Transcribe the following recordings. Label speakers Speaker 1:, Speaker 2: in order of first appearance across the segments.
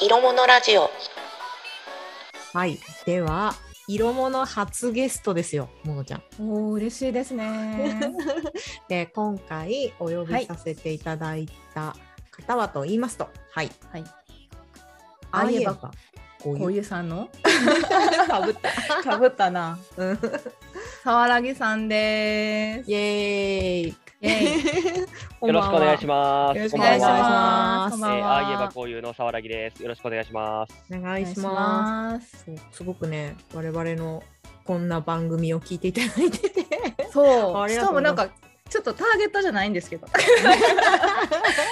Speaker 1: 色物ラジオ
Speaker 2: はい。では、色物初ゲストですよ、ももちゃん。
Speaker 3: おー嬉しいですね。
Speaker 2: で、 今 回お呼
Speaker 3: は
Speaker 2: び
Speaker 3: い
Speaker 2: させていただいた方はと言いますと、はい。
Speaker 3: はい。
Speaker 2: あ
Speaker 3: あ
Speaker 2: い
Speaker 3: い
Speaker 2: え
Speaker 3: え
Speaker 2: ば
Speaker 3: ば
Speaker 2: か。こ
Speaker 3: こういうさんの
Speaker 2: かぶった。
Speaker 3: かぶったな。
Speaker 2: うん
Speaker 3: 沢らぎさんです。
Speaker 2: イエーイ。
Speaker 3: イエ
Speaker 2: こ
Speaker 4: よ
Speaker 2: ん
Speaker 4: ろ
Speaker 2: ば
Speaker 4: し
Speaker 2: ん
Speaker 4: く
Speaker 2: は
Speaker 4: お願いします。
Speaker 2: よろしく
Speaker 3: お
Speaker 2: お
Speaker 3: 願
Speaker 2: 願
Speaker 3: い
Speaker 2: いし
Speaker 3: し
Speaker 2: ます
Speaker 3: ま。
Speaker 4: す。
Speaker 2: す
Speaker 4: えー、あいえば
Speaker 3: お
Speaker 4: こういうの沢らぎです。よろしくお願いします。
Speaker 2: お願
Speaker 3: 願
Speaker 2: い
Speaker 3: い
Speaker 2: し
Speaker 3: し
Speaker 2: ます。
Speaker 3: ます。
Speaker 2: そうすごくね、我々のこんな番組を聞いていただい てて、
Speaker 3: そ
Speaker 2: あ
Speaker 3: う。
Speaker 2: り
Speaker 3: し
Speaker 2: がと
Speaker 3: か
Speaker 2: うござ
Speaker 3: もないん
Speaker 2: ます
Speaker 3: かちょっとターゲットじゃないんです けど。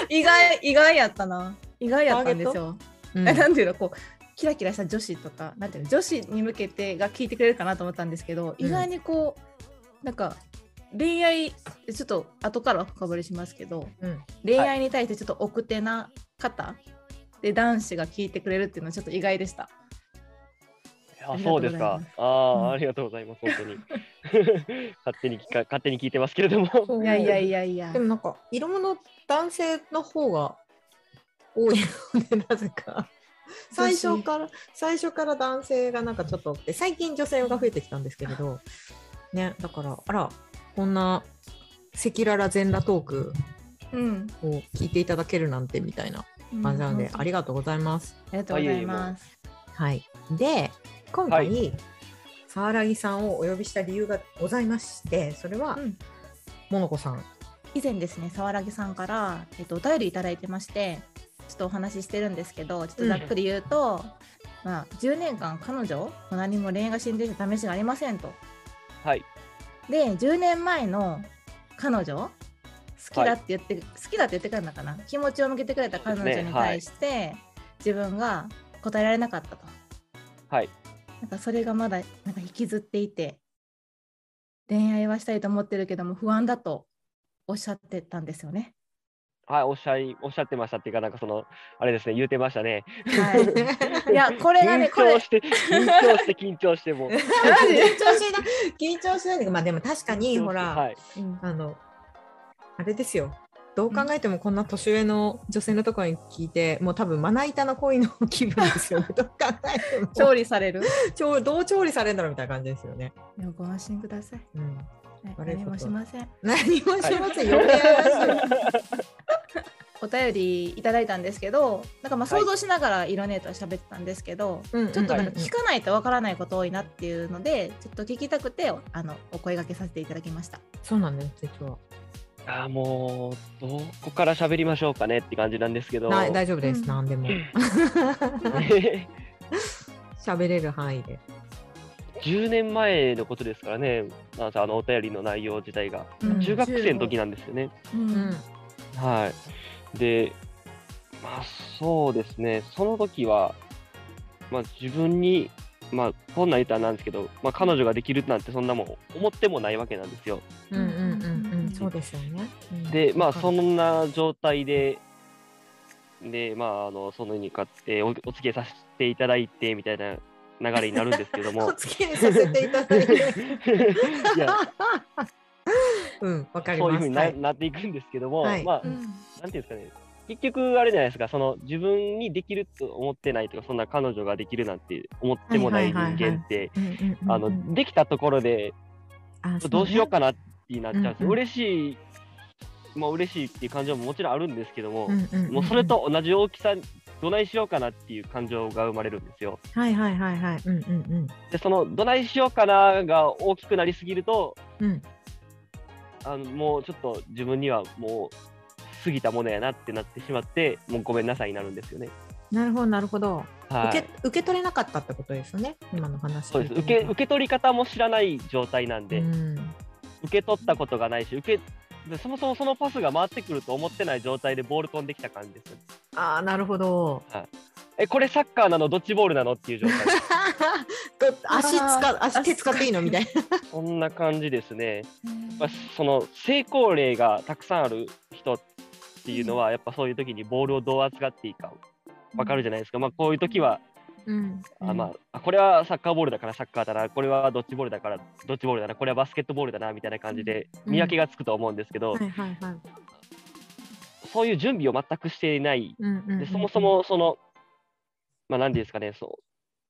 Speaker 3: 意外意外やったな。意外やったんですよ。
Speaker 2: うん
Speaker 3: えなんていうのこう。キラキラした女子とかなんていうの女子に向けてが聞いてくれるかなと思ったんですけど、
Speaker 2: うん
Speaker 3: 意外にこうなんか恋愛ちょっと後から深掘りしますけど、
Speaker 2: うん
Speaker 3: 恋愛に対してちょっと奥手な方、で男子が聞いてくれるっていうのはちょっと意外でした。あ
Speaker 4: あ、
Speaker 3: りがと
Speaker 4: そう
Speaker 3: ご
Speaker 4: うで
Speaker 3: ざいま
Speaker 4: すか
Speaker 3: す。
Speaker 4: ああ、
Speaker 3: うん
Speaker 4: ありがとうございます。本当に 勝手に聞か勝手に聞いてますけれども。
Speaker 3: いやいやいやいや
Speaker 2: で。もなんか、色物男性の方が多いので、なぜ か。最初から、最初から男性がなんかちょっと多くて、最近女性が増えてきたんですけれど、ね、だから、あら、こんな赤裸々全裸トーク
Speaker 3: うん。
Speaker 2: を聞いていただけるなんてみたいな感じなので、
Speaker 3: うん
Speaker 2: ありがとうございます。
Speaker 3: ありがとうございます。
Speaker 2: はい。で、今回、
Speaker 4: は
Speaker 2: 沢良木さんをお呼びした理由がございまして、それは、
Speaker 3: うん
Speaker 2: ものこさん。
Speaker 3: 以前ですね、沢らぎさんから、えっと、お便りいただいてまして、ちょっとお話ししてるんですけど、ちょっとざっくり言うと、まあ、10年間彼女、何も恋愛が死んでいた試しがありませんと。
Speaker 4: はい。
Speaker 3: で、10年前の彼女、好きだって言って、好きだって言ってくれたのかな、気持ちを向けてくれた彼女に対して、自分が答えられなかったと。
Speaker 4: はい。
Speaker 3: なんかそれがまだなんか引きずっていて恋愛はしたいと思ってるけども不安だとおっしゃってたんですよね。
Speaker 4: はい、おっしゃいおっしゃってましたっていうかなんかそのあれですね言うてましたね。
Speaker 3: はい、いやこれがね
Speaker 4: 緊
Speaker 3: これ
Speaker 4: 張して緊張して緊張してもう。
Speaker 2: 緊張しない緊張しないでまあでも確かにほら、
Speaker 4: はい。
Speaker 3: うん
Speaker 2: あのあれですよどう考えてもこんな年上の女性のところに聞いて、もう多分まな板の恋の気分ですよねどう考えても
Speaker 3: 調理される。
Speaker 2: 調どう調理されるんだろうみたいな感じですよね、
Speaker 3: いやご安心ください。
Speaker 2: うん、
Speaker 3: はい
Speaker 2: 悪い
Speaker 3: 何
Speaker 2: こと
Speaker 3: もしません。
Speaker 2: 何もしません、
Speaker 4: はい
Speaker 2: 余計怪しい
Speaker 3: お便りいただいたんですけどなんかまあ
Speaker 4: はい
Speaker 3: 想像しながら色ねとは喋ってたんですけど、
Speaker 2: うんうんうん
Speaker 3: ちょっとなんか聞かないとわからないこと多いなっていうのでちょっと聞きたくてあのお声掛けさせていただきました。
Speaker 2: そうなんです実は
Speaker 4: あーもうどこから喋りましょうかねって感じなんですけど。
Speaker 2: な 大丈夫です、
Speaker 3: うん
Speaker 2: 何でも喋れる範囲で
Speaker 4: 10年前のことですからね。なんせあのお便りの内容自体が
Speaker 2: うん
Speaker 4: 中学生の時なんですよね。
Speaker 3: うん
Speaker 2: うん
Speaker 4: はい。で、まあそうですね、その時は、まあ自分に、まあこんなん言ったらなんですけど、まあ彼女ができるなんてそんなもん思ってもないわけなんですよ。
Speaker 2: うんうんうんうんそうですよね、うん
Speaker 4: で、まあそ
Speaker 2: わかる
Speaker 4: んな状態で、で、まああの、そのようにかっておお付き合いさせていただいてみたいな流れになるんですけ ども
Speaker 2: お。付き合いさせていただいて
Speaker 4: いや
Speaker 2: うんわかり
Speaker 4: そうい
Speaker 2: ま
Speaker 4: うふう
Speaker 2: す
Speaker 4: に
Speaker 2: は
Speaker 4: ないなっていくんですけども、
Speaker 2: はい
Speaker 4: まあ、
Speaker 3: うん
Speaker 4: なんていうんですかね、結局あれじゃないですか、その自分にできると思ってないとか、そんな彼女ができるなんて思ってもない人
Speaker 2: はいはいはいはい
Speaker 4: 間って、
Speaker 2: うんうんうんうん
Speaker 4: あのできたところで
Speaker 2: あそ
Speaker 4: どうしようかなってなっちゃうんです
Speaker 2: うんう
Speaker 4: よ。
Speaker 2: ん
Speaker 4: 嬉しい、まあ嬉しいっていう感情ももちろんあるんですけども、
Speaker 2: ねうんうんうん
Speaker 4: もうそれと同じ大きさ、どないしようかなっていう感情が生まれるんですよ。
Speaker 2: はいはいはいはいうんうん
Speaker 4: で、そのどないしようかなが大きくなりすぎると、
Speaker 2: うんうん
Speaker 4: あのもうちょっと自分にはもう過ぎたものやなってなってしまって、もうごめんなさいになるんですよね。
Speaker 2: なるほどなるほど、
Speaker 4: はい、
Speaker 2: 受け受け取れなかったってことですよね今の話
Speaker 4: そうです受け受け取り方も知らない状態なんで、
Speaker 2: うん
Speaker 4: 受け取ったことがないし受けでそもそもそのパスが回ってくると思ってない状態でボール飛んできた感じですよ
Speaker 2: ああなるほ ど
Speaker 4: えこれサッカーなのドッジボールなのっていう状態
Speaker 2: こ足使足手使っていいのみたいな
Speaker 4: そんな感じですねやっぱその成功例がたくさんある人っていうのはやっぱそういう時にボールをどう扱っていいか分かるじゃないですか、まあ、こういう時は、
Speaker 2: うん
Speaker 4: あまあ、あこれはサッカーボールだからサッカーだなこれはドッジボールだからドッジボールだなこれはバスケットボールだなみたいな感じで見分けがつくと思うんですけど、
Speaker 2: はいはいはい
Speaker 4: そういう準備を全くしていない、
Speaker 2: うんうんうん
Speaker 4: でそもそもそのまあ、なんていうんですかね、そ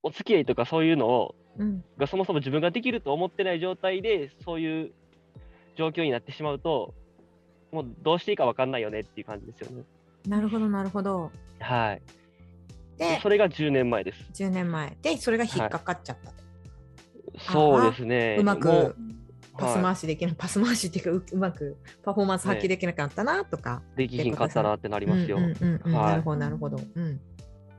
Speaker 4: うお付き合いとかそういうのを
Speaker 2: うん
Speaker 4: がそもそも自分ができると思ってない状態でそういう状況になってしまうともうどうしていいか分かんないよねっていう感じですよね。
Speaker 2: なるほどなるほど。
Speaker 4: はい、
Speaker 2: で
Speaker 4: それが10年前です。
Speaker 2: 10年前でそれが引っかかっちゃったと、
Speaker 4: そうですね。
Speaker 2: うま
Speaker 4: も
Speaker 2: くパス
Speaker 4: は
Speaker 2: 回しできない、パス回しっていうかう うまくパフォーマンス発揮できなかったなとか、
Speaker 4: い、できひんかったなってなりますよ。
Speaker 2: うんうんうんうん
Speaker 4: はい
Speaker 2: なるほどなるほど、うん、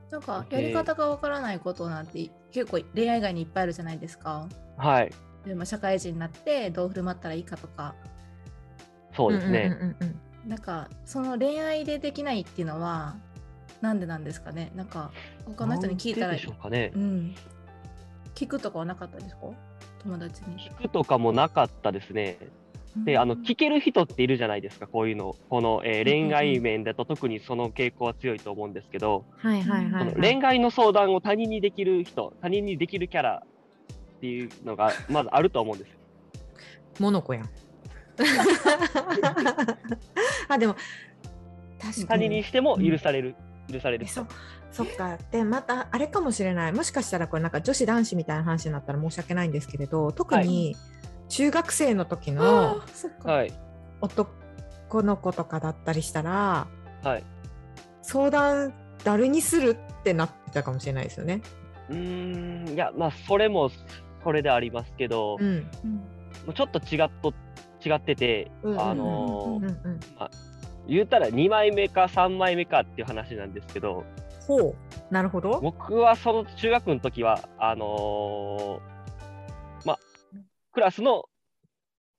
Speaker 3: なんかやり方がわからないことなんて結構恋愛以外にいっぱいあるじゃないですか。
Speaker 4: はい、
Speaker 3: でも社会人になってどう振る舞ったらいいかとか
Speaker 4: そうですね。
Speaker 2: うんうんうんうん
Speaker 3: なんかその恋愛でできないっていうのはなんでなんですかねなんか他の人に聞いた
Speaker 4: なん
Speaker 3: ら
Speaker 4: ででしょうかね
Speaker 3: う。ん、聞くとかはなかったですか友達に。
Speaker 4: 聞くとかもなかったですね。で、あの聞ける人っているじゃないですか、こういうの。この、えー
Speaker 3: うんうん
Speaker 4: 恋愛面だと特にその傾向は強いと思うんですけど、
Speaker 2: はいはいはい、
Speaker 4: こ
Speaker 2: は
Speaker 4: の
Speaker 2: い、
Speaker 4: 恋愛の相談を他人にできる人、他人にできるキャラっていう のがまずあると思うんですよ。
Speaker 2: モノ コやん あでも確
Speaker 4: 他
Speaker 2: か
Speaker 4: 人
Speaker 2: に
Speaker 4: にしても許される、許される
Speaker 2: え
Speaker 4: 人
Speaker 2: そそっかでまたあれかもしれないもしかしたらこれなんか女子男子みたいな話になったら申し訳ないんですけれど特に中学生の時の
Speaker 3: あーそっか、
Speaker 4: はい、
Speaker 2: 男の子とかだったりしたら、
Speaker 4: はい。
Speaker 2: 相談誰にするってなってたかもしれないですよね。
Speaker 4: うーん、いや、まあ、それもそれでありますけど、
Speaker 2: う
Speaker 4: も
Speaker 2: ん
Speaker 3: うん
Speaker 4: うちょっと違っと違ってて、
Speaker 2: うん
Speaker 4: あのー
Speaker 2: うんうん、
Speaker 4: 言うたら2枚目か3枚目かっていう話なんですけど、
Speaker 2: ほうなるほど。
Speaker 4: 僕はその中学の時はあのーまあクラスの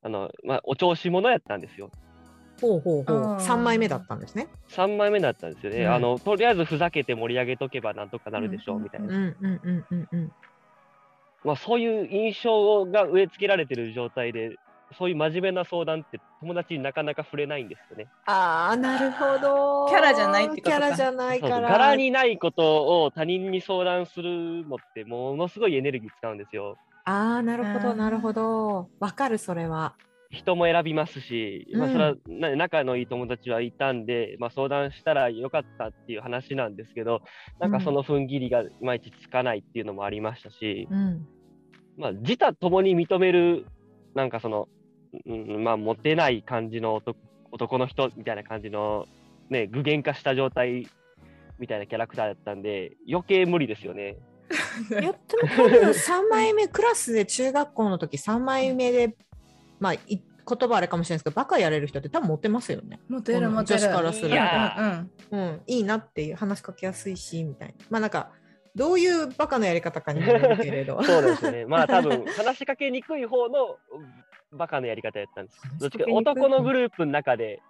Speaker 4: あの、まあ、お調子者やったんですよ
Speaker 2: ほうほうほ
Speaker 3: あー
Speaker 2: う三枚目だったんですね。
Speaker 4: 3枚目だったんですよね、
Speaker 2: うん
Speaker 4: あのとりあえずふざけて盛り上げとけばなんとかなるでしょうみたいな、
Speaker 2: うんうんうんうんうん。
Speaker 4: まあ、そういう印象が植え付けられてる状態でそういう真面目な相談って友達になかなか触れないんですよね。
Speaker 2: ああなるほど。
Speaker 3: キャラじゃないってことか
Speaker 2: キャラじゃない
Speaker 4: そう
Speaker 2: か
Speaker 4: そう
Speaker 2: ら。
Speaker 4: 柄にないことを他人に相談するのってものすごいエネルギー使うんですよ。
Speaker 2: ああなるほ
Speaker 3: あー
Speaker 2: どなるほど。わかるそれは。
Speaker 4: 人も選びますし、まあ、
Speaker 2: うん
Speaker 4: それはな仲のいい友達はいたんで、まあ、相談したらよかったっていう話なんですけどなんかその踏ん切りがいまいちつかないっていうのもありましたし、
Speaker 2: うん
Speaker 4: まあ、自他ともに認めるなんかその、うんまあ、モテない感じの男男の人みたいな感じの、ね、具現化した状態みたいなキャラクターだったんで余計無理ですよね。
Speaker 2: いやでも多分3枚目クラスで中学校の時3枚目でまあい言葉あれかもしれないですけどバカやれる人って多分モテますよね。
Speaker 3: モテるモテる。
Speaker 2: 女子からする
Speaker 4: と
Speaker 3: いや
Speaker 2: うん、いいなっていう話しかけやすいしみたいなまあなんかどういうバカのやり方かにもよるけれ ど
Speaker 4: そうですね。 まあ多分話しかけにくい方のバカのやり方やったんです。どっちか男のグループの中で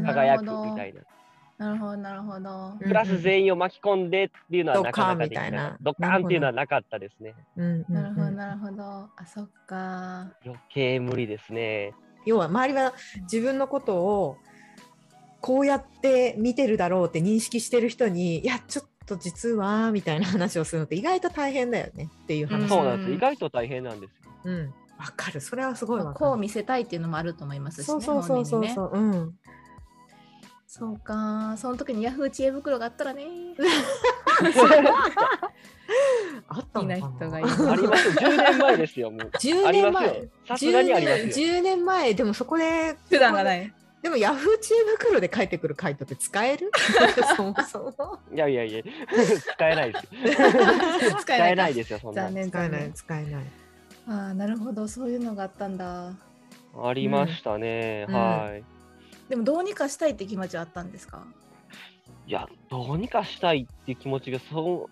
Speaker 2: う
Speaker 3: あ、
Speaker 2: ん
Speaker 4: 輝くみたいな。
Speaker 3: なるほど、なるほど。
Speaker 2: うん
Speaker 4: クラス全員を巻き込んでっていうのはなかなかでき
Speaker 2: ドカーンみたい
Speaker 4: な。
Speaker 2: ない
Speaker 4: ドカーンっていうのはなかったですね。
Speaker 2: うんうんう
Speaker 3: なるほど、
Speaker 2: ん
Speaker 3: なるほど。あ、そっか。
Speaker 4: 余計無理ですね。
Speaker 2: 要は周りは自分のことをこうやって見てるだろうって認識してる人にいやちょっと実はみたいな話をするのって意外と大変だよねっていう
Speaker 3: うん
Speaker 2: 話
Speaker 4: そうなんです。意外と大変なんです よ。
Speaker 2: うんわ、かるそれはすごい
Speaker 3: まあ
Speaker 2: わかる
Speaker 3: こう見せたいっていうのもあると思いますしね。
Speaker 2: そうそうそうそうそう、うん
Speaker 3: 本人にねそうか。その時にヤフー知恵袋があったらね。
Speaker 2: あったの
Speaker 3: いない
Speaker 2: か
Speaker 3: 人
Speaker 2: な
Speaker 3: がいる
Speaker 4: ありますよ。10年前ですよ。もう。
Speaker 2: 10
Speaker 4: あり
Speaker 2: 年
Speaker 4: ますよ
Speaker 2: 前。
Speaker 4: さすがにあり
Speaker 2: 10
Speaker 4: ますよ。
Speaker 2: 年10年前でもそこで
Speaker 3: 手段 がない。
Speaker 2: でもヤフー知恵袋で返ってくる回答って使 えるそもそも。
Speaker 4: いやいやいや、使えないです。
Speaker 3: 使
Speaker 4: 使え
Speaker 3: え
Speaker 4: な
Speaker 3: ないい。
Speaker 4: ですよ、そんな
Speaker 3: 残。念、
Speaker 2: 使え
Speaker 3: 残
Speaker 2: ない
Speaker 3: 念。
Speaker 2: 使えない。
Speaker 3: ああ、なるほど。そういうのがあったんだ。
Speaker 4: ありましたね。
Speaker 2: うん
Speaker 4: はい。
Speaker 3: でもどうにかしたいって気持ちはあったんですか
Speaker 4: いや、どうにかしたいっていう気持ちがそ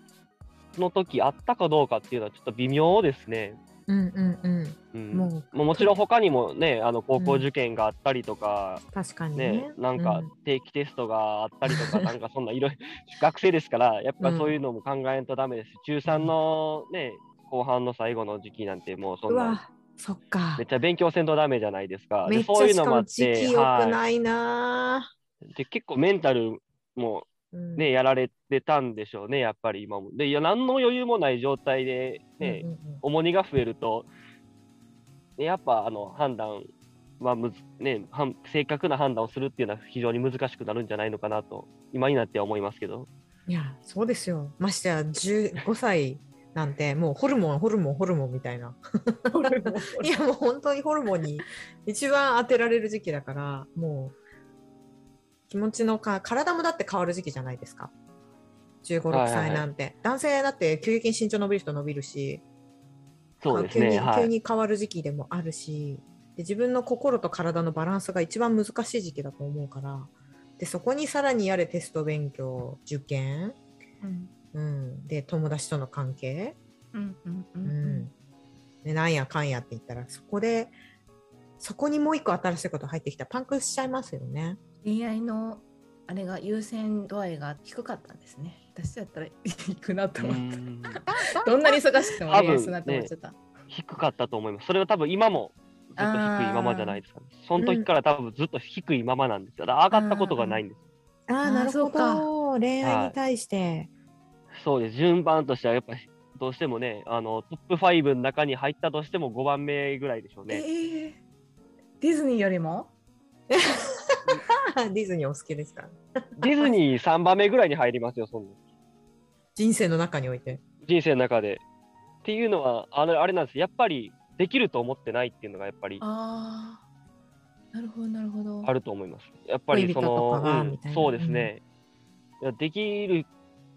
Speaker 4: の時あったかどうかっていうのはちょっと微妙ですね。
Speaker 2: うんうん
Speaker 4: う、
Speaker 2: うんん。もう
Speaker 4: もうもちろん他にもね、あの高校受験があったりとか、
Speaker 2: 確かに
Speaker 4: ね
Speaker 2: ね。、
Speaker 4: なんか
Speaker 2: う
Speaker 4: 定期テストがあったりと か、なんかそんないろいろ、学生ですから、やっぱそういうのも考えんとダメですし、中3のね、後半の最後の時期なんてもうそ
Speaker 2: うん
Speaker 4: な、
Speaker 2: わ、そっか
Speaker 4: めっ。ちゃ勉強せんとダメじゃないですか。
Speaker 2: め
Speaker 4: で
Speaker 2: っち
Speaker 4: そう
Speaker 2: ゃ
Speaker 4: いう
Speaker 2: し
Speaker 4: の
Speaker 2: か
Speaker 4: もあ
Speaker 2: も
Speaker 4: っ
Speaker 2: 時
Speaker 4: て、
Speaker 2: 期良く
Speaker 4: は、
Speaker 2: ないない
Speaker 4: で結構メンタルも
Speaker 2: ぁ。うん
Speaker 4: ね、、やられてたんでしょうね、やっぱり今も。で、いや何の余裕もない状態で、ね
Speaker 2: うんうんうん
Speaker 4: 重荷が増えると、ねやっぱあの判断はむず、ね、はん正確な判断をするっていうのは非常に難しくなるんじゃないのかなと、今になっては思いますけど。
Speaker 2: いやそうですよましてや15歳なんてもうホルモンホルモンホルモンみたいないやもう本当にホルモンに一番当てられる時期だからもう気持ちのか体もだって変わる時期じゃないですか1 5
Speaker 4: はい
Speaker 2: 6
Speaker 4: はいはい
Speaker 2: 歳なんて、男性だって急激に身長伸びる人伸びるし
Speaker 4: そうですね。
Speaker 2: 急に
Speaker 4: は
Speaker 2: 急
Speaker 4: い。
Speaker 2: に変わる時期でもあるしで自分の心と体のバランスが一番難しい時期だと思うからでそこにさらにやれテスト勉強受験、
Speaker 3: うん
Speaker 2: うん、で友達との関係、
Speaker 3: うんうんう
Speaker 2: うんん、でなんやかんやって言ったらそこでそこにもう一個新しいこと入ってきたらパンクしちゃいますよね。
Speaker 3: 恋愛のあれが優先度合いが低かったんですね。私だったら 行くなと
Speaker 4: う
Speaker 3: 思っ
Speaker 4: ん
Speaker 3: た。どんなに忙しくても
Speaker 4: 多分
Speaker 3: 恋愛するなと思っちゃった。
Speaker 4: 低かったと思います。それは多分今もずっと低いままじゃないですかね。その時から多分ずっと低いままなんですよ。だから上がったことがないんです。
Speaker 2: あ
Speaker 3: あ
Speaker 2: あ
Speaker 3: ー
Speaker 2: なるほ
Speaker 3: そうか
Speaker 2: ど恋愛に対して、
Speaker 4: そうです。順番としてはやっぱりどうしてもね、あのトップ5の中に入ったとしても5番目ぐらいでしょうね。
Speaker 3: ええディズニーよりも
Speaker 2: ディズニーお好きですか
Speaker 4: ディズニー3番目ぐらいに入りますよ、そんな
Speaker 2: 人生の中において。
Speaker 4: 人生の中で。っていうのはあれあれなんです。やっぱりできると思ってないっていうのがやっぱり
Speaker 3: ああなるほどなるほど
Speaker 4: あると思います。やっぱりそ
Speaker 2: 恋人と
Speaker 4: の
Speaker 2: かが
Speaker 4: うん
Speaker 2: みたいな
Speaker 4: そうですね。いやできる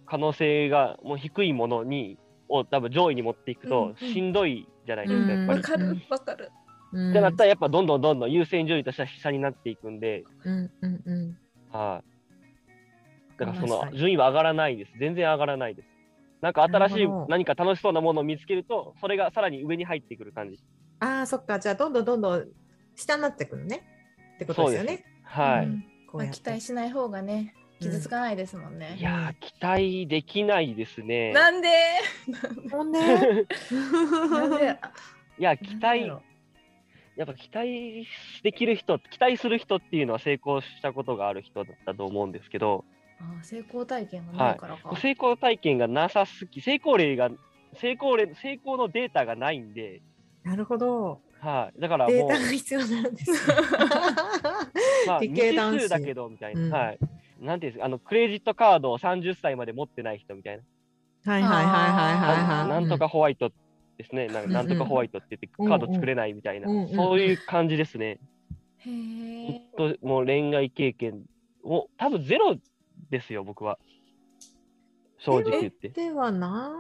Speaker 4: 可能性がもう低いものにを多分上位に持っていくと
Speaker 3: うんうん
Speaker 4: しんどいじゃないですか、
Speaker 2: うん
Speaker 4: やっぱ
Speaker 3: わ
Speaker 4: り。
Speaker 3: かるわかる
Speaker 2: うん
Speaker 4: ってなったらやっぱどんどんどんどん優先順位としては下になっていくんで、
Speaker 2: うんうんうん
Speaker 4: はい。だから
Speaker 2: わかり
Speaker 4: そ
Speaker 2: ま
Speaker 4: の
Speaker 2: した
Speaker 4: 順位は上がらないです。全然上がらないです。なんか新し
Speaker 2: ないるほど
Speaker 4: 何か楽しそうなものを見つけると、それがさらに上に入ってくる感じ。
Speaker 2: ああ、そっか。じゃあ、どんどんどんどん下になってくるね。ってことですよね。
Speaker 4: は
Speaker 3: う
Speaker 4: い。
Speaker 3: ん
Speaker 2: こ
Speaker 3: ま
Speaker 2: う
Speaker 3: あ
Speaker 2: やっ
Speaker 3: 期
Speaker 2: て
Speaker 3: 待しない方がね傷つかないですもん
Speaker 4: い
Speaker 3: ね、
Speaker 4: やー、期待できないですね。
Speaker 3: なんで
Speaker 2: ほんね。
Speaker 3: なんであ
Speaker 4: いや、
Speaker 3: な
Speaker 4: 期
Speaker 3: んだ
Speaker 4: 待
Speaker 3: ろう
Speaker 4: やっぱ期待できる人、期待する人っていうのは成功したことがある人だったと思うんですけど、
Speaker 3: あー成功体験がないからか、
Speaker 4: 成功体験がなさすぎ、成功例が、成功例、成功のデータがないんで、
Speaker 2: なるほど。
Speaker 4: はい、だから
Speaker 2: デー
Speaker 4: もう
Speaker 2: タ、が必要なんですね。
Speaker 4: まあ、
Speaker 2: 理系
Speaker 4: 未
Speaker 2: 男子
Speaker 4: 知数だけどみたいな、
Speaker 2: うん
Speaker 4: はい、なんていうんですか、あのクレジットカードを30歳まで持ってない人みたいな、
Speaker 2: はいはいはいはいはい
Speaker 4: な
Speaker 2: はい。
Speaker 4: んなんとかホワイトですね、
Speaker 2: う
Speaker 4: なんか
Speaker 2: ん
Speaker 4: なんとかホワイトって言って
Speaker 2: うん
Speaker 4: カード作れないみたいな、
Speaker 2: うんうん
Speaker 4: そういう感じですね。
Speaker 3: へえ
Speaker 4: ずっともう恋愛経験を多分ゼロですよ僕は正直言って
Speaker 2: うん。ではな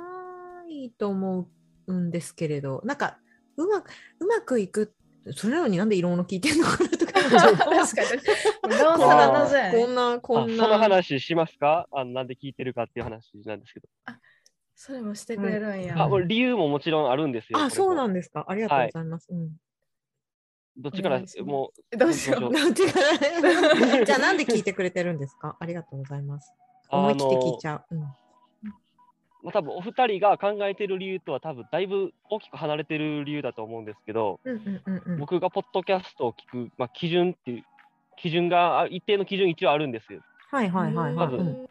Speaker 2: いと思うんですけれど、なんか、うまく、うまくいく。それなのになんでいろんなの聞いてんのかな とか
Speaker 3: 確かにな
Speaker 2: こ
Speaker 3: お
Speaker 2: ん
Speaker 3: さら
Speaker 2: な
Speaker 3: 謎や
Speaker 2: こ
Speaker 3: ね
Speaker 2: んな、
Speaker 4: あ
Speaker 2: こ
Speaker 4: そ
Speaker 2: ん
Speaker 4: の
Speaker 2: な。
Speaker 4: 話しますかあのなんで聞いてるかっていう話なんですけど、
Speaker 3: それもしてくれるんや、
Speaker 2: うん
Speaker 4: あもう理由ももちろんあるんですよ
Speaker 2: あ、そうなんんですか。ありがとうございます。うん。
Speaker 4: どっちか
Speaker 3: お
Speaker 4: ら
Speaker 3: 願いします
Speaker 4: もう
Speaker 3: どうしよう
Speaker 2: なん ていうかねじゃあなんで聞いてくれてるんですかありがとうございます。思い切って聞いちゃう。うん、
Speaker 4: まあ、多分お二人が考えてる理由とは多分だいぶ大きく離れてる理由だと思うんですけど、
Speaker 2: うんうんうんうん。
Speaker 4: 僕がポッドキャストを聞く、まあ、基準っていう基準があ一定の基準一応あるんですよ。
Speaker 2: はいはいはいは
Speaker 4: ま
Speaker 2: い。う
Speaker 4: ず
Speaker 2: ん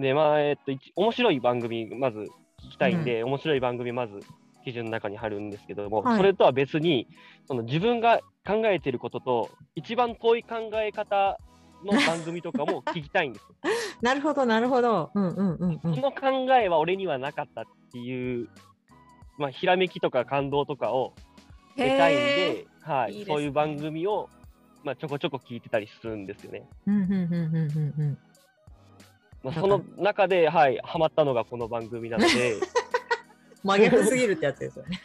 Speaker 4: で、まあ、えっと、一面白い番組、まず聞きたいんで、面白い番組、まず基準の中に貼るんですけども、
Speaker 2: はい
Speaker 4: それとは別に、その自分が考えてることと、一番遠い考え方の番組とか も聞きたいんですよ。
Speaker 2: なるほどなるほど。うんうんうんう
Speaker 4: そ
Speaker 2: ん。
Speaker 4: の考えは俺にはなかったっていう、まあ、ひらめきとか感動とかを
Speaker 3: へ
Speaker 4: 得
Speaker 3: ー
Speaker 4: たいんで、はい
Speaker 3: いいですね
Speaker 4: そういう番組を、まあ、ちょこちょこ聞いてたりするんですよね。
Speaker 2: うんうんうんうんうん
Speaker 4: まあ、その中で、はい、ハマったのがこの番組なので。
Speaker 2: 真逆すぎるってやつですよね。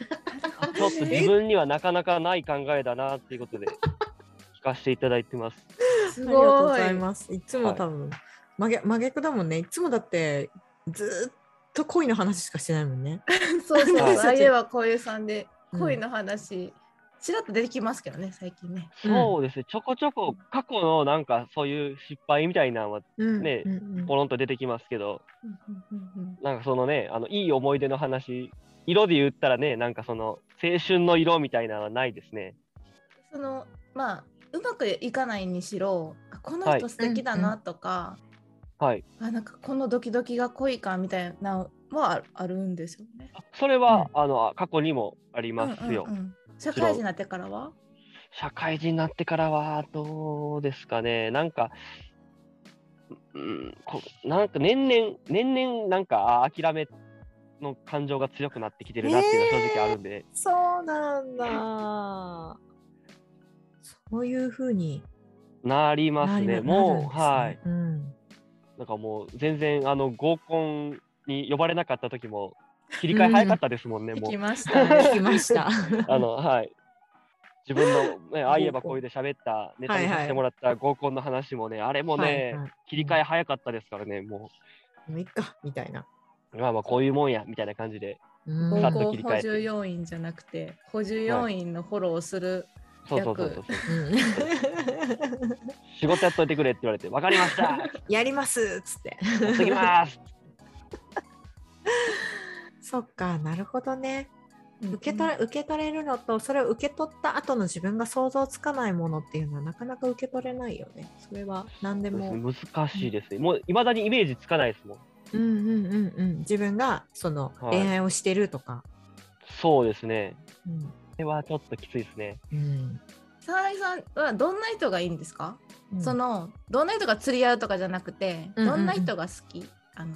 Speaker 4: ちょっと自分にはなかなかない考えだなってい うことで聞かせていただいてます。
Speaker 2: あ
Speaker 3: す
Speaker 2: りがとうご
Speaker 3: ごい
Speaker 2: ざいます。いつも多分、真逆真逆だもんね。いつもだってずーっと恋の話しかしてないもんね。
Speaker 3: そうそう、
Speaker 4: はい
Speaker 3: ああいえばこういうさんで
Speaker 2: うん
Speaker 3: 恋の話、ちらっと出てきますけどね、最近ね。
Speaker 2: うん
Speaker 4: そうですね、ちょこちょこ過去のなんかそういう失敗みたいなのは
Speaker 2: うん
Speaker 4: ね
Speaker 2: うんうん
Speaker 4: ポロンと出てきますけど、なんかそのね、あのいい思い出の話、色で言ったらね、なんかその青春の色みたいなのはないですね。
Speaker 3: そのまあうまくいかないにしろ、あこの
Speaker 4: はい
Speaker 3: 人素敵だなとか、
Speaker 4: はい。
Speaker 3: あなんかこのドキドキが恋かみたいなのはあるあるんですよね。
Speaker 4: あそれは、あの過去にもありますよ。
Speaker 3: うんうんうん社会人になってからは
Speaker 4: 社会人になってからはどうですかね、なんか、うん、こなんか年々、年々なんかあー諦めの感情が強くなってきてるなっていうのは正直あるんで、
Speaker 2: そうなんだ。そういうふうに
Speaker 4: なります
Speaker 2: なり
Speaker 4: ね、
Speaker 2: な
Speaker 4: もう、
Speaker 2: な
Speaker 4: は
Speaker 2: るん
Speaker 4: い
Speaker 2: ですね。うん
Speaker 4: なんかもう全然あの合コンに呼ばれなかった時も切り替え早かったですもんね、
Speaker 3: 行
Speaker 4: もう
Speaker 3: き。まし
Speaker 2: はい
Speaker 3: た。
Speaker 2: 聞きま した。
Speaker 4: あのはい自分の、ね、ああ言えば
Speaker 2: 合コン
Speaker 4: こういうで喋ったネタ
Speaker 2: はい
Speaker 4: に
Speaker 2: はい
Speaker 4: させてもらった合コンの話もね、あれもね、
Speaker 2: はいはい
Speaker 4: 切り替え早かったですからね、も
Speaker 2: もういっかみたいな。
Speaker 4: う、まあまあこういうもんやみたいな感じで、
Speaker 2: うん
Speaker 3: 高
Speaker 4: さっと
Speaker 3: 校
Speaker 4: 切り替
Speaker 3: 補
Speaker 4: えて
Speaker 3: 充要員じゃなくて補充要員のフォローをする、
Speaker 4: そうそうそうそう、
Speaker 2: うん
Speaker 4: 仕事やっといてくれって言われて、わかりました、
Speaker 2: やりますっつって。
Speaker 4: 次ます
Speaker 2: そっか、なるほどね。
Speaker 3: うん
Speaker 2: 受け取れ、受け取れるのと、それを受け取った後の自分が想像つかないものっていうのは、なかなか受け取れないよね。それは何でも。
Speaker 4: 難しいですね、もういまだにイメージつかないですもん。
Speaker 2: うんうんうんうん。自分がその
Speaker 4: はい
Speaker 2: 恋愛をしてるとか。
Speaker 4: そうですね、
Speaker 2: うん。
Speaker 4: これはちょっときついですね。
Speaker 2: うん
Speaker 3: 沢柳さんはどんな人がいいんですか、そ。のどんな人が釣り合うとかじゃなくて、
Speaker 2: うんうんうん
Speaker 3: どんな人が好きあの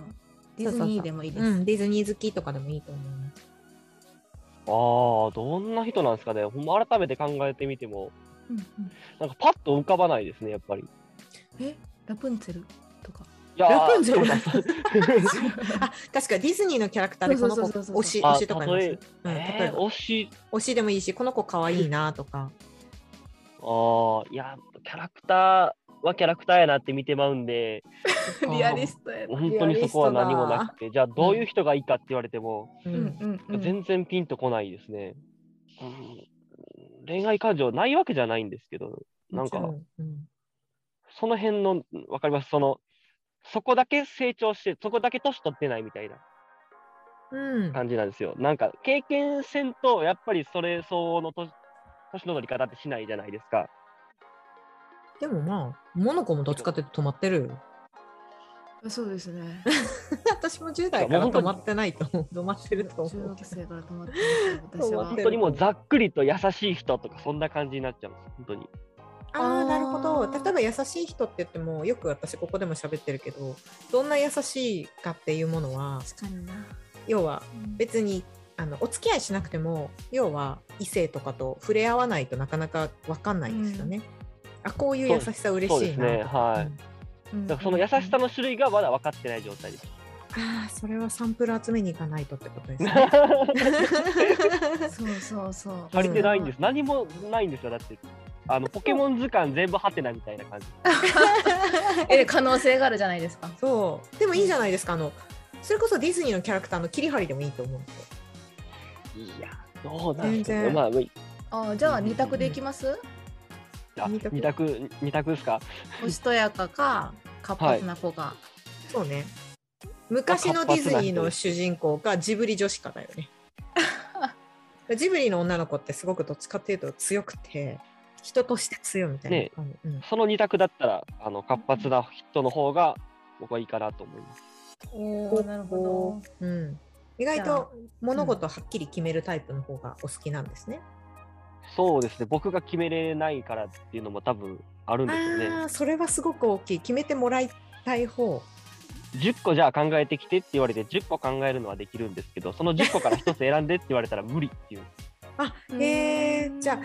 Speaker 3: ディズニーでもいいです
Speaker 2: うん、ディズニー好きとかでもいいと思います。
Speaker 4: ああ、どんな人なんですかね、ほんま改めて考えてみても、
Speaker 3: うんうん
Speaker 4: なんかパッと浮かばないですね、やっぱり。
Speaker 3: えラプンツェルとか
Speaker 4: いやー
Speaker 2: ラプンツェルだ
Speaker 4: そうかそう
Speaker 2: あ、確かにディズニーのキャラクターでこの子
Speaker 3: そうそうそうそう
Speaker 2: 推し
Speaker 4: あ
Speaker 2: 推しとかいます。
Speaker 4: 例
Speaker 2: う
Speaker 4: え
Speaker 2: ん例
Speaker 4: え
Speaker 2: え
Speaker 4: ー
Speaker 2: ば
Speaker 4: 推し、
Speaker 2: 推しでもいいし、この子可愛いなとか。
Speaker 4: ああ、いや、キャラクターはキャラクターやなって見てまうんで、
Speaker 2: あー
Speaker 3: リアリストやな
Speaker 4: 本当にそこは何もなくて、じゃあどういう人がいいかって言われても、
Speaker 2: う
Speaker 3: うん
Speaker 2: ん。
Speaker 3: うんうん
Speaker 4: 全然ピンとこないですね、うん恋愛感情ないわけじゃないんですけど、なんか
Speaker 2: もちろうん
Speaker 4: その辺の、わかります、その、そこだけ成長して、そこだけ年取ってないみたいな
Speaker 2: うん。
Speaker 4: 感じなんですよ。なんか、経験せんと、やっぱりそれ相応の年年の乗り方ってしないじゃないですか。
Speaker 2: でもまあ、モノコもどっちかっていうと止まって るよ。
Speaker 3: そうですね
Speaker 2: 私も10代から止まってないと思う。止まってると思
Speaker 3: 中
Speaker 2: う
Speaker 3: 学。生から止まって
Speaker 2: ました私は
Speaker 4: 本当にもうざっくりと優しい人とかそんな感じになっちゃうんです本当に
Speaker 2: ああ、なるほ
Speaker 3: あ
Speaker 2: ど。
Speaker 3: ー
Speaker 2: 例えば優しい人って言っても、よく私ここでも喋ってるけど、どんな優しいかっていうものは、
Speaker 3: 確かにな
Speaker 2: 要は別にあのお付き合いしなくても要は異性とかと触れ合わないとなかなか分かんないですよね。あこういう優しさ嬉
Speaker 4: そう
Speaker 2: し
Speaker 4: で
Speaker 2: い
Speaker 4: す
Speaker 2: な
Speaker 4: ね
Speaker 2: とか
Speaker 4: はい、だからその優しさの種類がまだ分かってない状 態です
Speaker 2: ああそれはサンプル集めに行かないとってことです ね。
Speaker 3: そうそうそう
Speaker 4: 足りてないんです何もないんですよだってあのポケモン図鑑全部ハテナみたいな感じ
Speaker 3: え可能性があるじゃないですか
Speaker 2: そうでもいいじゃないですかあのそれこそディズニーのキャラクターの切り張りでもいいと思うんですよ。
Speaker 4: いやどうなんですか
Speaker 2: 全
Speaker 4: ね
Speaker 2: 然
Speaker 4: まあ
Speaker 3: あじゃあ二択でいきます
Speaker 4: あ
Speaker 2: 二択
Speaker 4: 二択二択ですか
Speaker 3: おしとやかか活発な子が、
Speaker 2: そうね昔のディズニーの主人公かジブリ女子かだよ ね。ジブリの女の子ってすごくどっちかっていうと強くて人として強いみたいな
Speaker 4: ね
Speaker 2: 感じ。うん
Speaker 4: その二択だったらあの活発な人の方が僕はいいかなと思います
Speaker 3: おおなるほ
Speaker 2: うん、意外と物事をはっきり決めるタイプの方がお好きなんですね。
Speaker 4: そうですね僕が決めれないからっていうのも多分あるんですよね
Speaker 2: ああ、それはすごく大きい。決めてもらいたい方。
Speaker 4: 10個じゃあ考えてきてって言われて10個考えるのはできるんですけどその10個から1つ選んでって言われたら無理っていう
Speaker 2: あ、
Speaker 3: ど
Speaker 2: へえ、じゃあ
Speaker 3: あ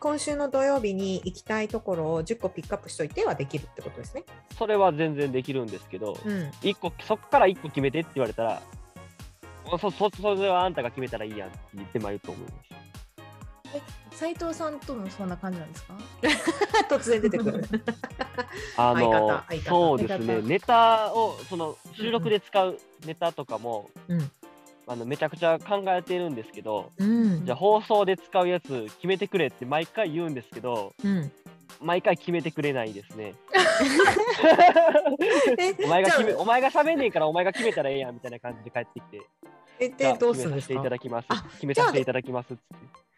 Speaker 2: 今週の土曜日に行きたいところを10個ピックアップしといてはできるってことですね。
Speaker 4: それは全然できるんですけど
Speaker 2: うん。
Speaker 4: 一個そこから1個決めてって言われたらそそそれはあんたが決めたらいいやんって言ってまいると思います
Speaker 3: 斉藤さんともそんな感じなんですか
Speaker 2: 突然出てくる。
Speaker 4: あの
Speaker 2: 相方相方
Speaker 4: そうですね
Speaker 3: 相方
Speaker 4: ネタをその収録で使うネタとかも、
Speaker 2: うん
Speaker 4: あのめちゃくちゃ考えてるんですけど
Speaker 2: うん
Speaker 4: じゃあ放送で使うやつ決めてくれって毎回言うんですけど
Speaker 2: うん。
Speaker 4: 毎回決めてくれないで すね
Speaker 2: え、
Speaker 4: お前が
Speaker 2: じゃ
Speaker 4: 決め、
Speaker 2: あ
Speaker 4: お前が喋んねえから、お前が決めたらええやんみたいな感じで帰ってきて。
Speaker 2: え
Speaker 4: じゃあ
Speaker 2: で、どうするんです
Speaker 4: 決めさせていた
Speaker 2: か
Speaker 4: だきます
Speaker 2: あ。
Speaker 4: 決めさせていただきますっつって。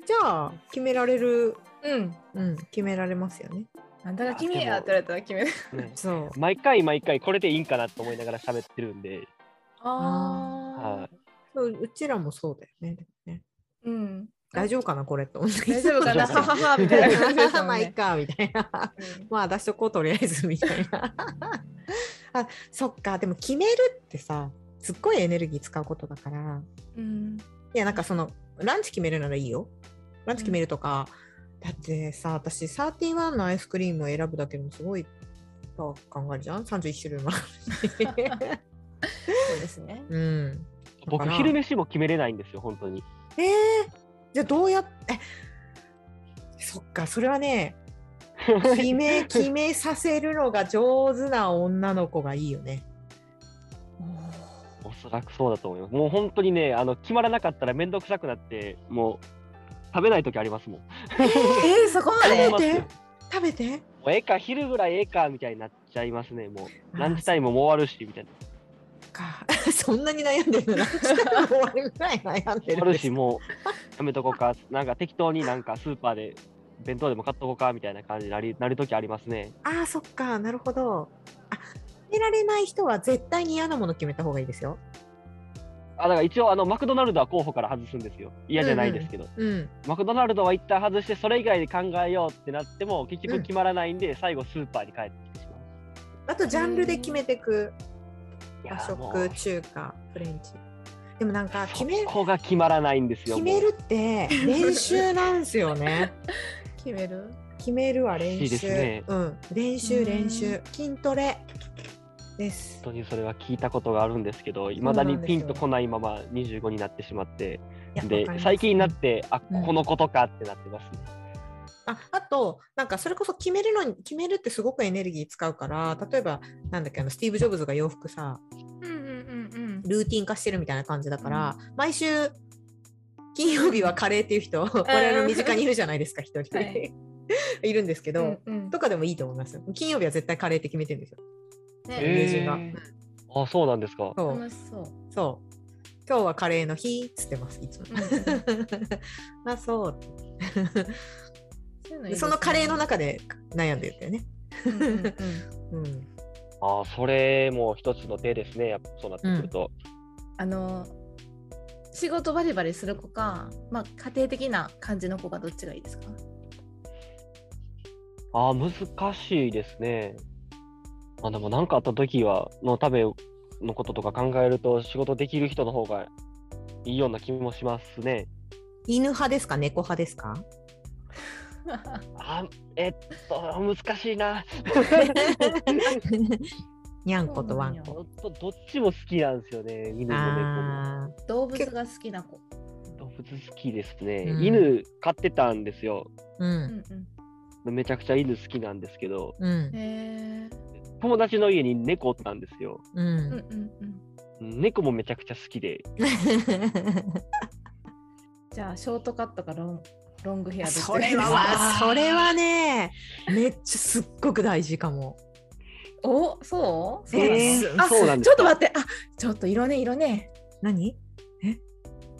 Speaker 2: じゃあ、決められる、
Speaker 3: うん
Speaker 2: うん、決められますよね。
Speaker 3: あんたが君やって言われたら決める
Speaker 4: ね
Speaker 2: そう。
Speaker 4: 毎回毎回、これでいいんかなと思いながら喋ってるんで。
Speaker 2: あ
Speaker 4: は
Speaker 2: そううちらもそうだよね。でもね
Speaker 3: うん
Speaker 2: 大丈夫かなこれと思って
Speaker 3: 大丈夫かな
Speaker 4: 大丈夫
Speaker 3: はははみたいな感じ ですもんね
Speaker 2: まあいっかみたいなまあ出しとこうとりあえずみたい なあそっかでも決めるってさすっごいエネルギー使うことだから
Speaker 3: うん
Speaker 2: いやなんかそのランチ決めるならいいよランチ決めるとか、だってさ私31のアイスクリームを選ぶだけでもすごい考えるじゃん31種類もあるし
Speaker 3: そうですね
Speaker 2: うん
Speaker 4: 僕、
Speaker 2: だから
Speaker 4: 昼飯も決めれないんですよ、本当に。
Speaker 2: えー、じゃあどうやってえそっかそれはね決め決めさせるのが上手な女の子がいいよね。
Speaker 4: おそらくそうだと思います。もう本当にね、あの決まらなかったら面倒くさくなって、もう食べない時ありますもん。
Speaker 3: えー、そこまで
Speaker 4: えー
Speaker 2: 食べて食べて
Speaker 4: もうええか、昼ぐらいええかみたいになっちゃいますね、
Speaker 2: あ
Speaker 4: もう。
Speaker 2: ー
Speaker 4: ランチタイムもう終わるし、みたいな。
Speaker 2: か そんなに悩んでるの ランチタイム終わるぐらい悩んで
Speaker 4: 終
Speaker 2: る
Speaker 4: わ
Speaker 2: ん
Speaker 4: る
Speaker 2: です
Speaker 4: し、もうやめとこうか、なんか適当になんかスーパーで弁当でも買っとこうかみたいな感じになりなる時ありますね。
Speaker 2: あーそっかなるほど。あ決められない人は絶対に嫌なもの決めた方がいいですよ。
Speaker 4: あだから一応あの、マクドナルドは候補から外すんですよ。嫌じゃないですけど、
Speaker 2: うん
Speaker 4: マクドナルドは一旦外して、それ以外で考えようってなっても、結局決まらないんで、最後スーパーに帰ってきてしまう。
Speaker 2: あとジャンルで決めてく
Speaker 4: いや
Speaker 2: 和
Speaker 4: ーも
Speaker 2: 食
Speaker 4: う
Speaker 2: 中華フレンチ。でもなんか決
Speaker 4: そ
Speaker 2: める
Speaker 4: こが決まらないんですよ。
Speaker 2: 決めるっ て練習なんですよね。
Speaker 3: 決める
Speaker 2: 決めるは練習。
Speaker 4: いいですね
Speaker 2: うん、練習
Speaker 3: うん
Speaker 2: 練習筋トレです。
Speaker 4: 本当にそれは聞いたことがあるんですけど、いまだにピンとこないまま25になってしまって、
Speaker 2: いや
Speaker 4: で
Speaker 2: わかります
Speaker 4: 最近になって、あ
Speaker 3: うん
Speaker 4: このことかってなってますね。
Speaker 2: ああとなんかそれこそ決めるのに決めるってすごくエネルギー使うから例えばなんだっけあのスティーブ・ジョブズが洋服さ
Speaker 3: うんうんうん
Speaker 2: ルーティン化してるみたいな感じだから、毎週金曜日はカレーっていう人我々身近にいるじゃないですか一人、、
Speaker 3: はい
Speaker 2: るんですけど、
Speaker 3: うん
Speaker 2: とかでもいいと思いますよ金曜日は絶対カレーって決めてるんですよ
Speaker 3: ね
Speaker 2: 友人が
Speaker 4: えーあそうなんですか。
Speaker 2: そう
Speaker 3: 楽しそう
Speaker 2: そう。今日はカレーの日っつってます、いつも。
Speaker 3: うんうん
Speaker 2: まあそう。
Speaker 3: そういういい
Speaker 2: で
Speaker 3: です ね
Speaker 2: そのカレーの中で悩んでるんだよね。
Speaker 3: うんうんうん
Speaker 2: うん。
Speaker 4: あそれも一つの手ですね、やっぱそうなってくると。
Speaker 3: あの仕事バリバリする子か、まあ、家庭的な感じの子がどっちがいいですか
Speaker 4: ああ難しいですね。まあ、でも何かあった時はのためのこととか考えると、仕事できる人の方がいいような気もしますね。
Speaker 2: 犬派ですか、猫派ですか。
Speaker 4: あえっと、難しいな。
Speaker 2: にゃんことワン
Speaker 3: そうなんよ
Speaker 2: コ。
Speaker 4: 本当どっちも好きなんですよね、犬も猫も。
Speaker 2: あー
Speaker 3: 動物が好きな子。
Speaker 4: 動物好きですね、
Speaker 2: うん
Speaker 4: 犬飼ってたんですよ
Speaker 2: う。
Speaker 3: うんんうん
Speaker 4: めちゃくちゃ犬好きなんですけど
Speaker 2: うん。
Speaker 3: へー
Speaker 4: 友達の家に猫おったんですよ
Speaker 2: う。
Speaker 3: うんうんんうん
Speaker 4: 猫もめちゃくちゃ好きで
Speaker 3: じゃあショートカットかロンロングヘアどっちが
Speaker 2: それは わ、それはね。めっちゃすっごく大事かも。
Speaker 3: おそうそうなの、
Speaker 2: えー
Speaker 3: あ
Speaker 4: そうなんです
Speaker 3: ちょっと待
Speaker 4: て
Speaker 3: ってあちょっと色ね色ね
Speaker 2: 何。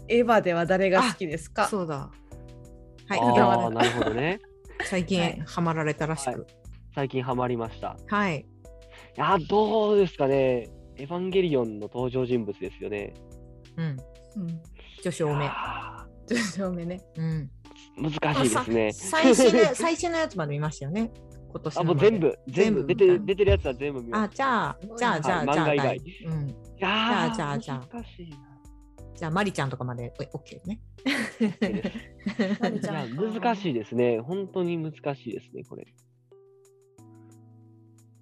Speaker 3: エヴァでは誰が好きですか
Speaker 2: そうだ。はい、歌
Speaker 4: ああ
Speaker 2: は
Speaker 4: なるほどね
Speaker 2: 最
Speaker 3: はい
Speaker 2: 近ハマられたらしく。
Speaker 4: 最近ハマりました
Speaker 2: はい。
Speaker 4: いやどうですかねエヴァンゲリオンの登場人物ですよね
Speaker 2: うん。
Speaker 3: うん
Speaker 2: 女子多め。
Speaker 4: あ
Speaker 3: ちょっと正面ね
Speaker 2: うん。
Speaker 4: ー難しいですね
Speaker 2: 最新 の最新のやつまで見ましたよね。今年
Speaker 4: あ
Speaker 2: の
Speaker 4: もう全。部
Speaker 2: 全
Speaker 4: 全部
Speaker 2: 部
Speaker 4: 出て出てるやつは全部見ま
Speaker 2: あ
Speaker 4: し
Speaker 2: じゃあじゃあじゃあ
Speaker 4: はい
Speaker 2: じゃあ、
Speaker 4: 漫画以外
Speaker 2: 大うん、
Speaker 4: たあ
Speaker 2: じゃあじゃあじゃ
Speaker 4: 難しいな
Speaker 2: じゃあマリちゃんとかまでオッケー ね。
Speaker 4: OK です
Speaker 3: マリち
Speaker 4: い
Speaker 3: ゃん
Speaker 4: や
Speaker 3: か
Speaker 4: 難しいですね本当に難しいですねこれ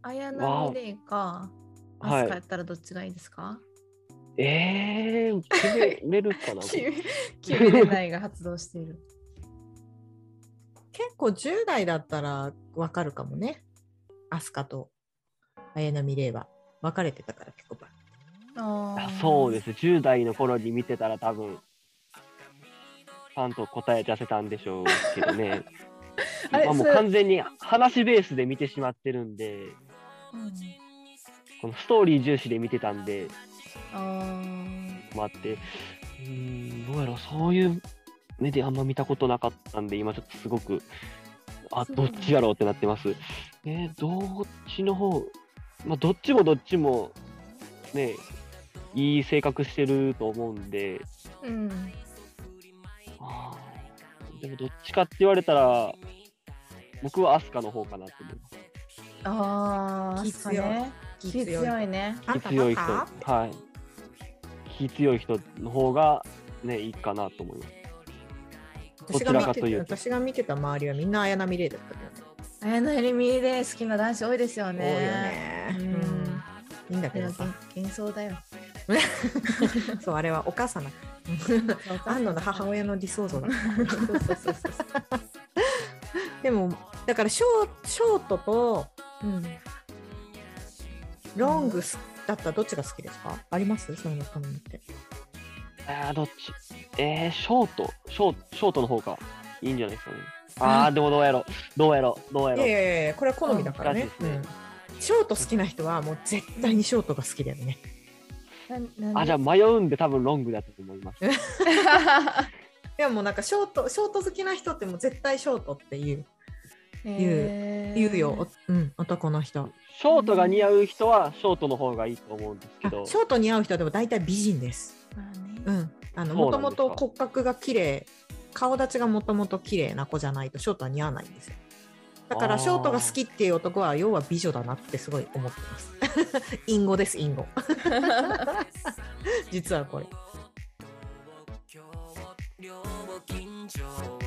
Speaker 3: 綾波レイか
Speaker 4: は
Speaker 3: ア
Speaker 4: い
Speaker 3: スカやったらどっちがいいですか、
Speaker 4: えー、決めれるか な
Speaker 3: キュウレナイが発動している
Speaker 2: 結構10代だったらわかるかもね。アスカと綾波レイは分かれてたから結構バ
Speaker 3: あ。
Speaker 4: あそうですす10代の頃に見てたら多分パンと答え出せたんでしょうけど ね
Speaker 3: あれ
Speaker 4: 今もう
Speaker 3: それ
Speaker 4: 完全に話ベースで見てしまってるんで
Speaker 3: うん
Speaker 4: このストーリー重視で見てたんで
Speaker 3: あ
Speaker 4: もあってうーんどうやろうそういう目であんま見たことなかったんで今ちょっとすごくあ
Speaker 3: そう
Speaker 4: どっちやろうってなってますえーどっちの方まあどっちもどっちもねいい性格してると思うんで
Speaker 3: ーうん。
Speaker 4: あでもどっちかって言われたら、僕はアスカの方かなと思います。
Speaker 3: ああ、
Speaker 2: 気
Speaker 3: そうね。
Speaker 2: 気
Speaker 3: 気
Speaker 2: 強い
Speaker 3: 強いね。
Speaker 2: あん
Speaker 4: 気
Speaker 2: た
Speaker 4: 強い人、
Speaker 2: バ
Speaker 4: はい。気強い人の方が、ね、いいかなと思います。
Speaker 2: カ
Speaker 4: ど
Speaker 2: 私
Speaker 4: ち
Speaker 2: が
Speaker 4: ら
Speaker 2: 見
Speaker 4: か
Speaker 2: て
Speaker 4: というと
Speaker 2: 私が見てた周りはみんな綾波レイだったけどね。
Speaker 3: 綾波ミーで好きな男子多いですよね。
Speaker 2: 多いよね。うん。いいんだ
Speaker 3: うん。
Speaker 2: け
Speaker 3: で
Speaker 2: ど
Speaker 3: も
Speaker 2: さ、
Speaker 3: 幻想だよ。
Speaker 2: そうあれはお母 さんだ。安野の母親の理想像だ。
Speaker 3: そうそうそうそう。
Speaker 2: でもだからショーショートと
Speaker 3: うん。
Speaker 2: ロングスだったらどっちが好きですか？あります？そういうの好みって。
Speaker 4: あーどっちえー、ショートショーショートの方がいいんじゃないですかね。あー、でもどうやろう。どうやろう。どうや
Speaker 2: い
Speaker 4: ろ。
Speaker 2: やいうやいやこれは好みだからね
Speaker 4: 難し。いですね
Speaker 2: うんショート好きな人はもう絶対にショートが好きだよね。
Speaker 3: な
Speaker 4: あ、じゃあ迷うんで多分ロングだと思います。
Speaker 3: あ。
Speaker 2: でももうなんかショートショート好きな人ってもう絶対ショートっていう
Speaker 3: えー
Speaker 2: 言うよ。おうん男の人。
Speaker 4: ショートが似合う人はショートの方がいいと思うんですけ
Speaker 2: あ
Speaker 4: ど、
Speaker 2: ショートに合う人はでも大体美人です。
Speaker 3: まあね
Speaker 2: うん、あの
Speaker 4: そ
Speaker 2: も
Speaker 4: うな
Speaker 2: と
Speaker 4: んで
Speaker 2: も
Speaker 4: すか
Speaker 2: と骨格が綺麗顔立ちがもともと綺麗な子じゃないとショートは似合わないんですよだか
Speaker 4: あ
Speaker 2: ら
Speaker 4: ー
Speaker 2: ショートが好きっていう男は要は美女だなってすごい思ってます 隠語です 隠語実はこれ
Speaker 1: 今日も両も緊張